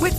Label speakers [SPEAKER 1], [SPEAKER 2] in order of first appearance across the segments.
[SPEAKER 1] With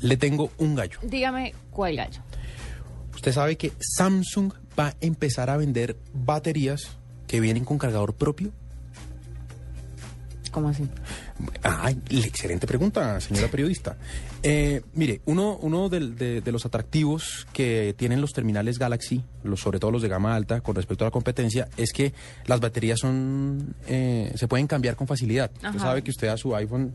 [SPEAKER 2] Le tengo un gallo.
[SPEAKER 3] Dígame cuál gallo.
[SPEAKER 2] Usted sabe que Samsung va a empezar a vender baterías que vienen con cargador propio.
[SPEAKER 3] ¿Cómo así?
[SPEAKER 2] Ah, excelente pregunta, señora periodista. Eh, mire, uno, uno del- de, de los atractivos que tienen los terminales Galaxy, los, sobre todo los de gama alta, con respecto a la competencia, es que las baterías son eh, se pueden cambiar con facilidad. Usted
[SPEAKER 3] Ajá.
[SPEAKER 2] sabe que usted a su iPhone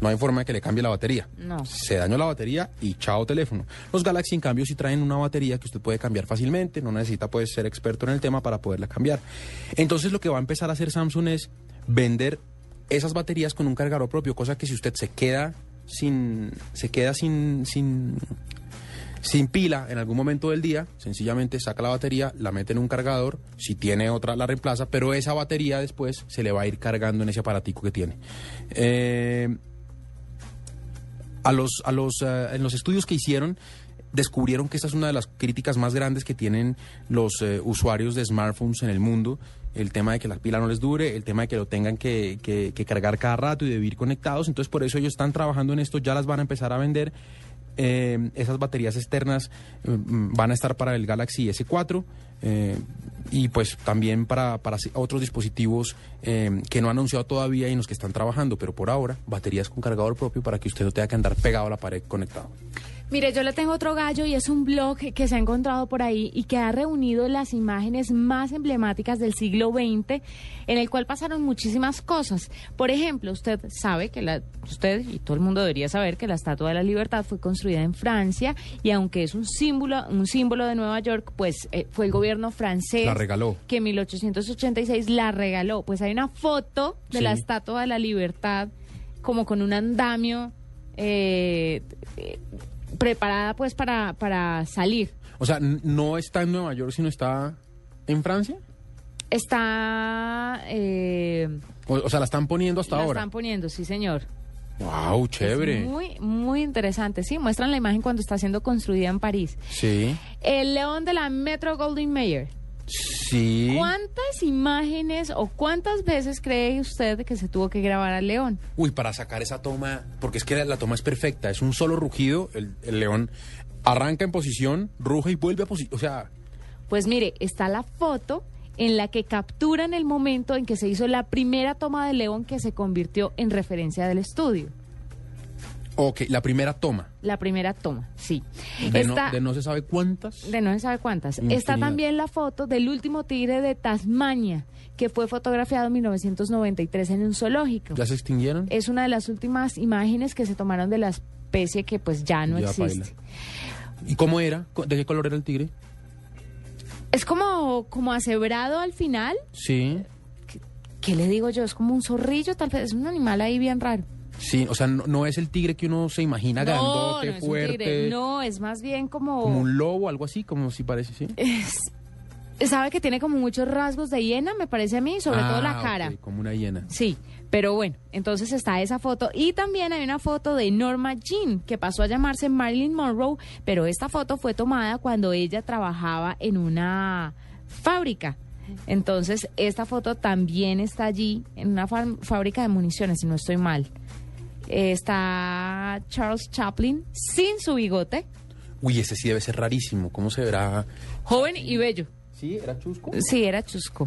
[SPEAKER 2] no hay forma de que le cambie la batería.
[SPEAKER 3] No.
[SPEAKER 2] Se dañó la batería y chao teléfono. Los Galaxy, en cambio, sí traen una batería que usted puede cambiar fácilmente, no necesita pues, ser experto en el tema para poderla cambiar. Entonces lo que va a empezar a hacer Samsung es vender esas baterías con un cargador propio, cosa que si usted se queda sin. se queda sin. sin sin pila en algún momento del día, sencillamente saca la batería, la mete en un cargador, si tiene otra la reemplaza, pero esa batería después se le va a ir cargando en ese aparatico que tiene. Eh, a los, a los, eh, en los estudios que hicieron descubrieron que esta es una de las críticas más grandes que tienen los eh, usuarios de smartphones en el mundo. El tema de que la pila no les dure, el tema de que lo tengan que, que- que cargar cada rato y de vivir conectados. Entonces, por eso ellos están trabajando en esto, ya las van a empezar a vender. Eh, esas baterías externas eh, mm, van a estar para el Galaxy S4 eh, y pues también para, para si- otros dispositivos eh, que no han anunciado todavía y en los que están trabajando, pero por ahora baterías con cargador propio para que usted no tenga que andar pegado a la pared conectado.
[SPEAKER 3] Mire, yo le tengo otro gallo y es un blog que se ha encontrado por ahí y que ha reunido las imágenes más emblemáticas del siglo XX, en el cual pasaron muchísimas cosas. Por ejemplo, usted sabe que la, usted y todo el mundo debería saber que la Estatua de la Libertad fue construida en Francia y aunque es un símbolo, un símbolo de Nueva York, pues eh, fue el gobierno francés
[SPEAKER 2] La regaló.
[SPEAKER 3] que en 1886 la regaló. Pues hay una foto de
[SPEAKER 2] Sí.
[SPEAKER 3] la Estatua de la Libertad como con un andamio. eh, eh, preparada pues para, para salir.
[SPEAKER 2] O sea, n- no está en Nueva York, sino está en Francia.
[SPEAKER 3] Está... Eh,
[SPEAKER 2] O, o sea, la están poniendo hasta
[SPEAKER 3] la
[SPEAKER 2] ahora.
[SPEAKER 3] están poniendo, sí señor.
[SPEAKER 2] ¡Wow! Chévere.
[SPEAKER 3] Es muy, muy interesante. Sí, muestran la imagen cuando está siendo construida en París.
[SPEAKER 2] Sí.
[SPEAKER 3] El león de la Metro Golden Mayer.
[SPEAKER 2] Sí.
[SPEAKER 3] ¿Cuántas imágenes o cuántas veces cree usted que se tuvo que grabar al león?
[SPEAKER 2] Uy, para sacar esa toma, porque es que la, la toma es perfecta, es un solo rugido, el, el león arranca en posición, ruge y vuelve a posición, o sea,
[SPEAKER 3] Pues mire, está la foto en la que capturan el momento en que se hizo la primera toma del león que se convirtió en referencia del estudio.
[SPEAKER 2] ok, la primera toma,
[SPEAKER 3] La primera toma, sí.
[SPEAKER 2] de, no,
[SPEAKER 3] Está-
[SPEAKER 2] de no se sabe cuántas.
[SPEAKER 3] de no se sabe cuántas.
[SPEAKER 2] Infinidad.
[SPEAKER 3] Está también la foto del último tigre de Tasmania, que fue fotografiado en 1993 en un zoológico.
[SPEAKER 2] ¿Ya se extinguieron?
[SPEAKER 3] Es una de las últimas imágenes que se tomaron de la especie que pues ya no
[SPEAKER 2] Ya
[SPEAKER 3] existe.
[SPEAKER 2] ¿Y cómo era? Co- ¿De qué color era el tigre?
[SPEAKER 3] Es como, como asebrado al final.
[SPEAKER 2] Sí,
[SPEAKER 3] ¿Qué le digo yo? Es como un zorrillo, tal vez. Es un animal ahí bien raro.
[SPEAKER 2] sí, o sea, no, no es el tigre que uno se imagina grandote,
[SPEAKER 3] es un
[SPEAKER 2] fuerte,
[SPEAKER 3] tigre. No, es más bien
[SPEAKER 2] como un lobo, algo así, como si parece, ¿sí?
[SPEAKER 3] Eh, Sabe que tiene como muchos rasgos de hiena, me parece a mí, sobre todo
[SPEAKER 2] Ah,
[SPEAKER 3] la
[SPEAKER 2] ok,
[SPEAKER 3] cara.
[SPEAKER 2] como una hiena.
[SPEAKER 3] Sí, pero bueno, entonces está esa foto. Y también hay una foto de Norma Jean, que pasó a llamarse Marilyn Monroe, pero esta foto fue tomada cuando ella trabajaba en una fábrica. Entonces, esta foto también está allí, en una fam- fábrica de municiones, si no estoy mal. Eh, Está Charles Chaplin sin su bigote,
[SPEAKER 2] Uy, ese sí debe ser rarísimo, ¿cómo se verá?
[SPEAKER 3] joven y bello.
[SPEAKER 2] ¿Sí? ¿Era chusco?
[SPEAKER 3] Sí, era chusco.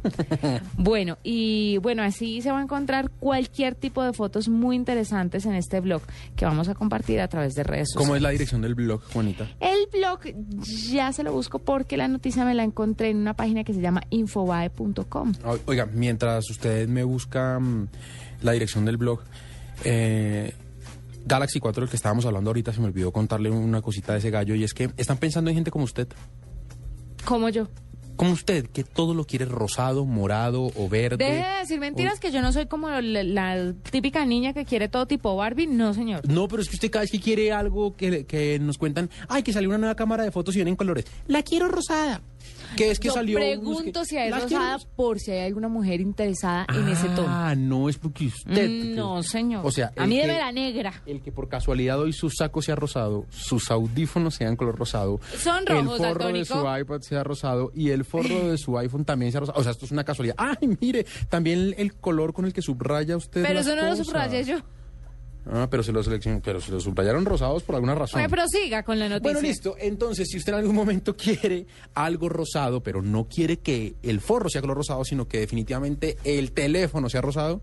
[SPEAKER 3] bueno, y bueno, así se va a encontrar cualquier tipo de fotos muy interesantes en este blog que vamos a compartir a través de redes sociales.
[SPEAKER 2] ¿Cómo es la dirección del blog, Juanita?
[SPEAKER 3] El blog ya se lo busco porque la noticia me la encontré en una página que se llama infobae.com.
[SPEAKER 2] O- Oiga, mientras ustedes me buscan la dirección del blog, eh, Galaxy 4, el que estábamos hablando ahorita, se me olvidó contarle una cosita de ese gallo, y es que están pensando en gente como usted.
[SPEAKER 3] Como yo.
[SPEAKER 2] como usted, que todo lo quiere rosado, morado o verde.
[SPEAKER 3] Deje de decir mentiras
[SPEAKER 2] o-
[SPEAKER 3] que yo no soy como la, la típica niña que quiere todo tipo Barbie. No, señor.
[SPEAKER 2] No, pero es que usted cada vez que quiere algo que, que nos cuentan, ay, que salió una nueva cámara de fotos y vienen en colores. La quiero rosada. Que es que
[SPEAKER 3] yo
[SPEAKER 2] salió.
[SPEAKER 3] pregunto si hay
[SPEAKER 2] La quiero
[SPEAKER 3] rosada por si hay alguna mujer interesada en ese tono.
[SPEAKER 2] Ah, no es porque usted.
[SPEAKER 3] Mm, No, señor.
[SPEAKER 2] O sea,
[SPEAKER 3] a
[SPEAKER 2] el
[SPEAKER 3] mí
[SPEAKER 2] que-
[SPEAKER 3] debe la negra.
[SPEAKER 2] El que por casualidad hoy su saco sea rosado, sus audífonos sean color rosado,
[SPEAKER 3] Son
[SPEAKER 2] el
[SPEAKER 3] rojos,
[SPEAKER 2] forro de su
[SPEAKER 3] daltónico.
[SPEAKER 2] iPad sea rosado y el forro de su iPhone también sea rosado. O sea, esto es una casualidad. Ay, mire, también el, el color con el que subraya usted.
[SPEAKER 3] Pero
[SPEAKER 2] las
[SPEAKER 3] eso no lo
[SPEAKER 2] cosas.
[SPEAKER 3] subrayé yo.
[SPEAKER 2] Ah, pero se lo seleccionó, pero se lo subrayaron rosados por alguna razón.
[SPEAKER 3] Bueno, pero siga con la noticia.
[SPEAKER 2] Bueno, listo. Entonces, si usted en algún momento quiere algo rosado, pero no quiere que el forro sea color rosado, sino que definitivamente el teléfono sea rosado,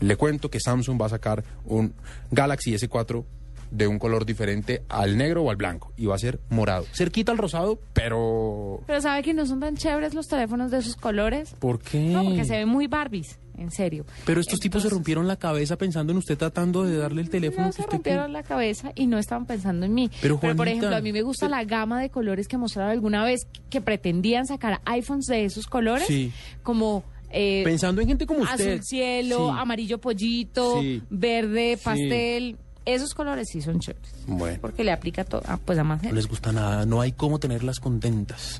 [SPEAKER 2] le cuento que Samsung va a sacar un Galaxy S4 de un color diferente al negro o al blanco y va a ser morado. Cerquita al rosado, pero
[SPEAKER 3] Pero sabe que no son tan chéveres los teléfonos de esos colores.
[SPEAKER 2] ¿por qué?
[SPEAKER 3] No, porque se ven muy Barbies, en serio.
[SPEAKER 2] Pero estos tipos se
[SPEAKER 3] Entonces,
[SPEAKER 2] rompieron la cabeza pensando en usted tratando de darle el teléfono
[SPEAKER 3] No
[SPEAKER 2] que
[SPEAKER 3] se
[SPEAKER 2] usted
[SPEAKER 3] rompieron la cabeza y no estaban pensando en mí.
[SPEAKER 2] Pero,
[SPEAKER 3] por
[SPEAKER 2] Juanita, eh,
[SPEAKER 3] ejemplo, a mí me gusta la gama de colores que mostraron alguna vez que pretendían sacar iPhones de esos colores,
[SPEAKER 2] Sí.
[SPEAKER 3] como eh,
[SPEAKER 2] Pensando en gente como usted.
[SPEAKER 3] azul cielo,
[SPEAKER 2] Sí.
[SPEAKER 3] amarillo pollito,
[SPEAKER 2] Sí.
[SPEAKER 3] verde
[SPEAKER 2] Sí.
[SPEAKER 3] pastel. Esos colores sí son chéveres.
[SPEAKER 2] Bueno.
[SPEAKER 3] Porque le aplica todo, ah, pues a más
[SPEAKER 2] No
[SPEAKER 3] gente.
[SPEAKER 2] les gusta nada, no hay cómo tenerlas contentas.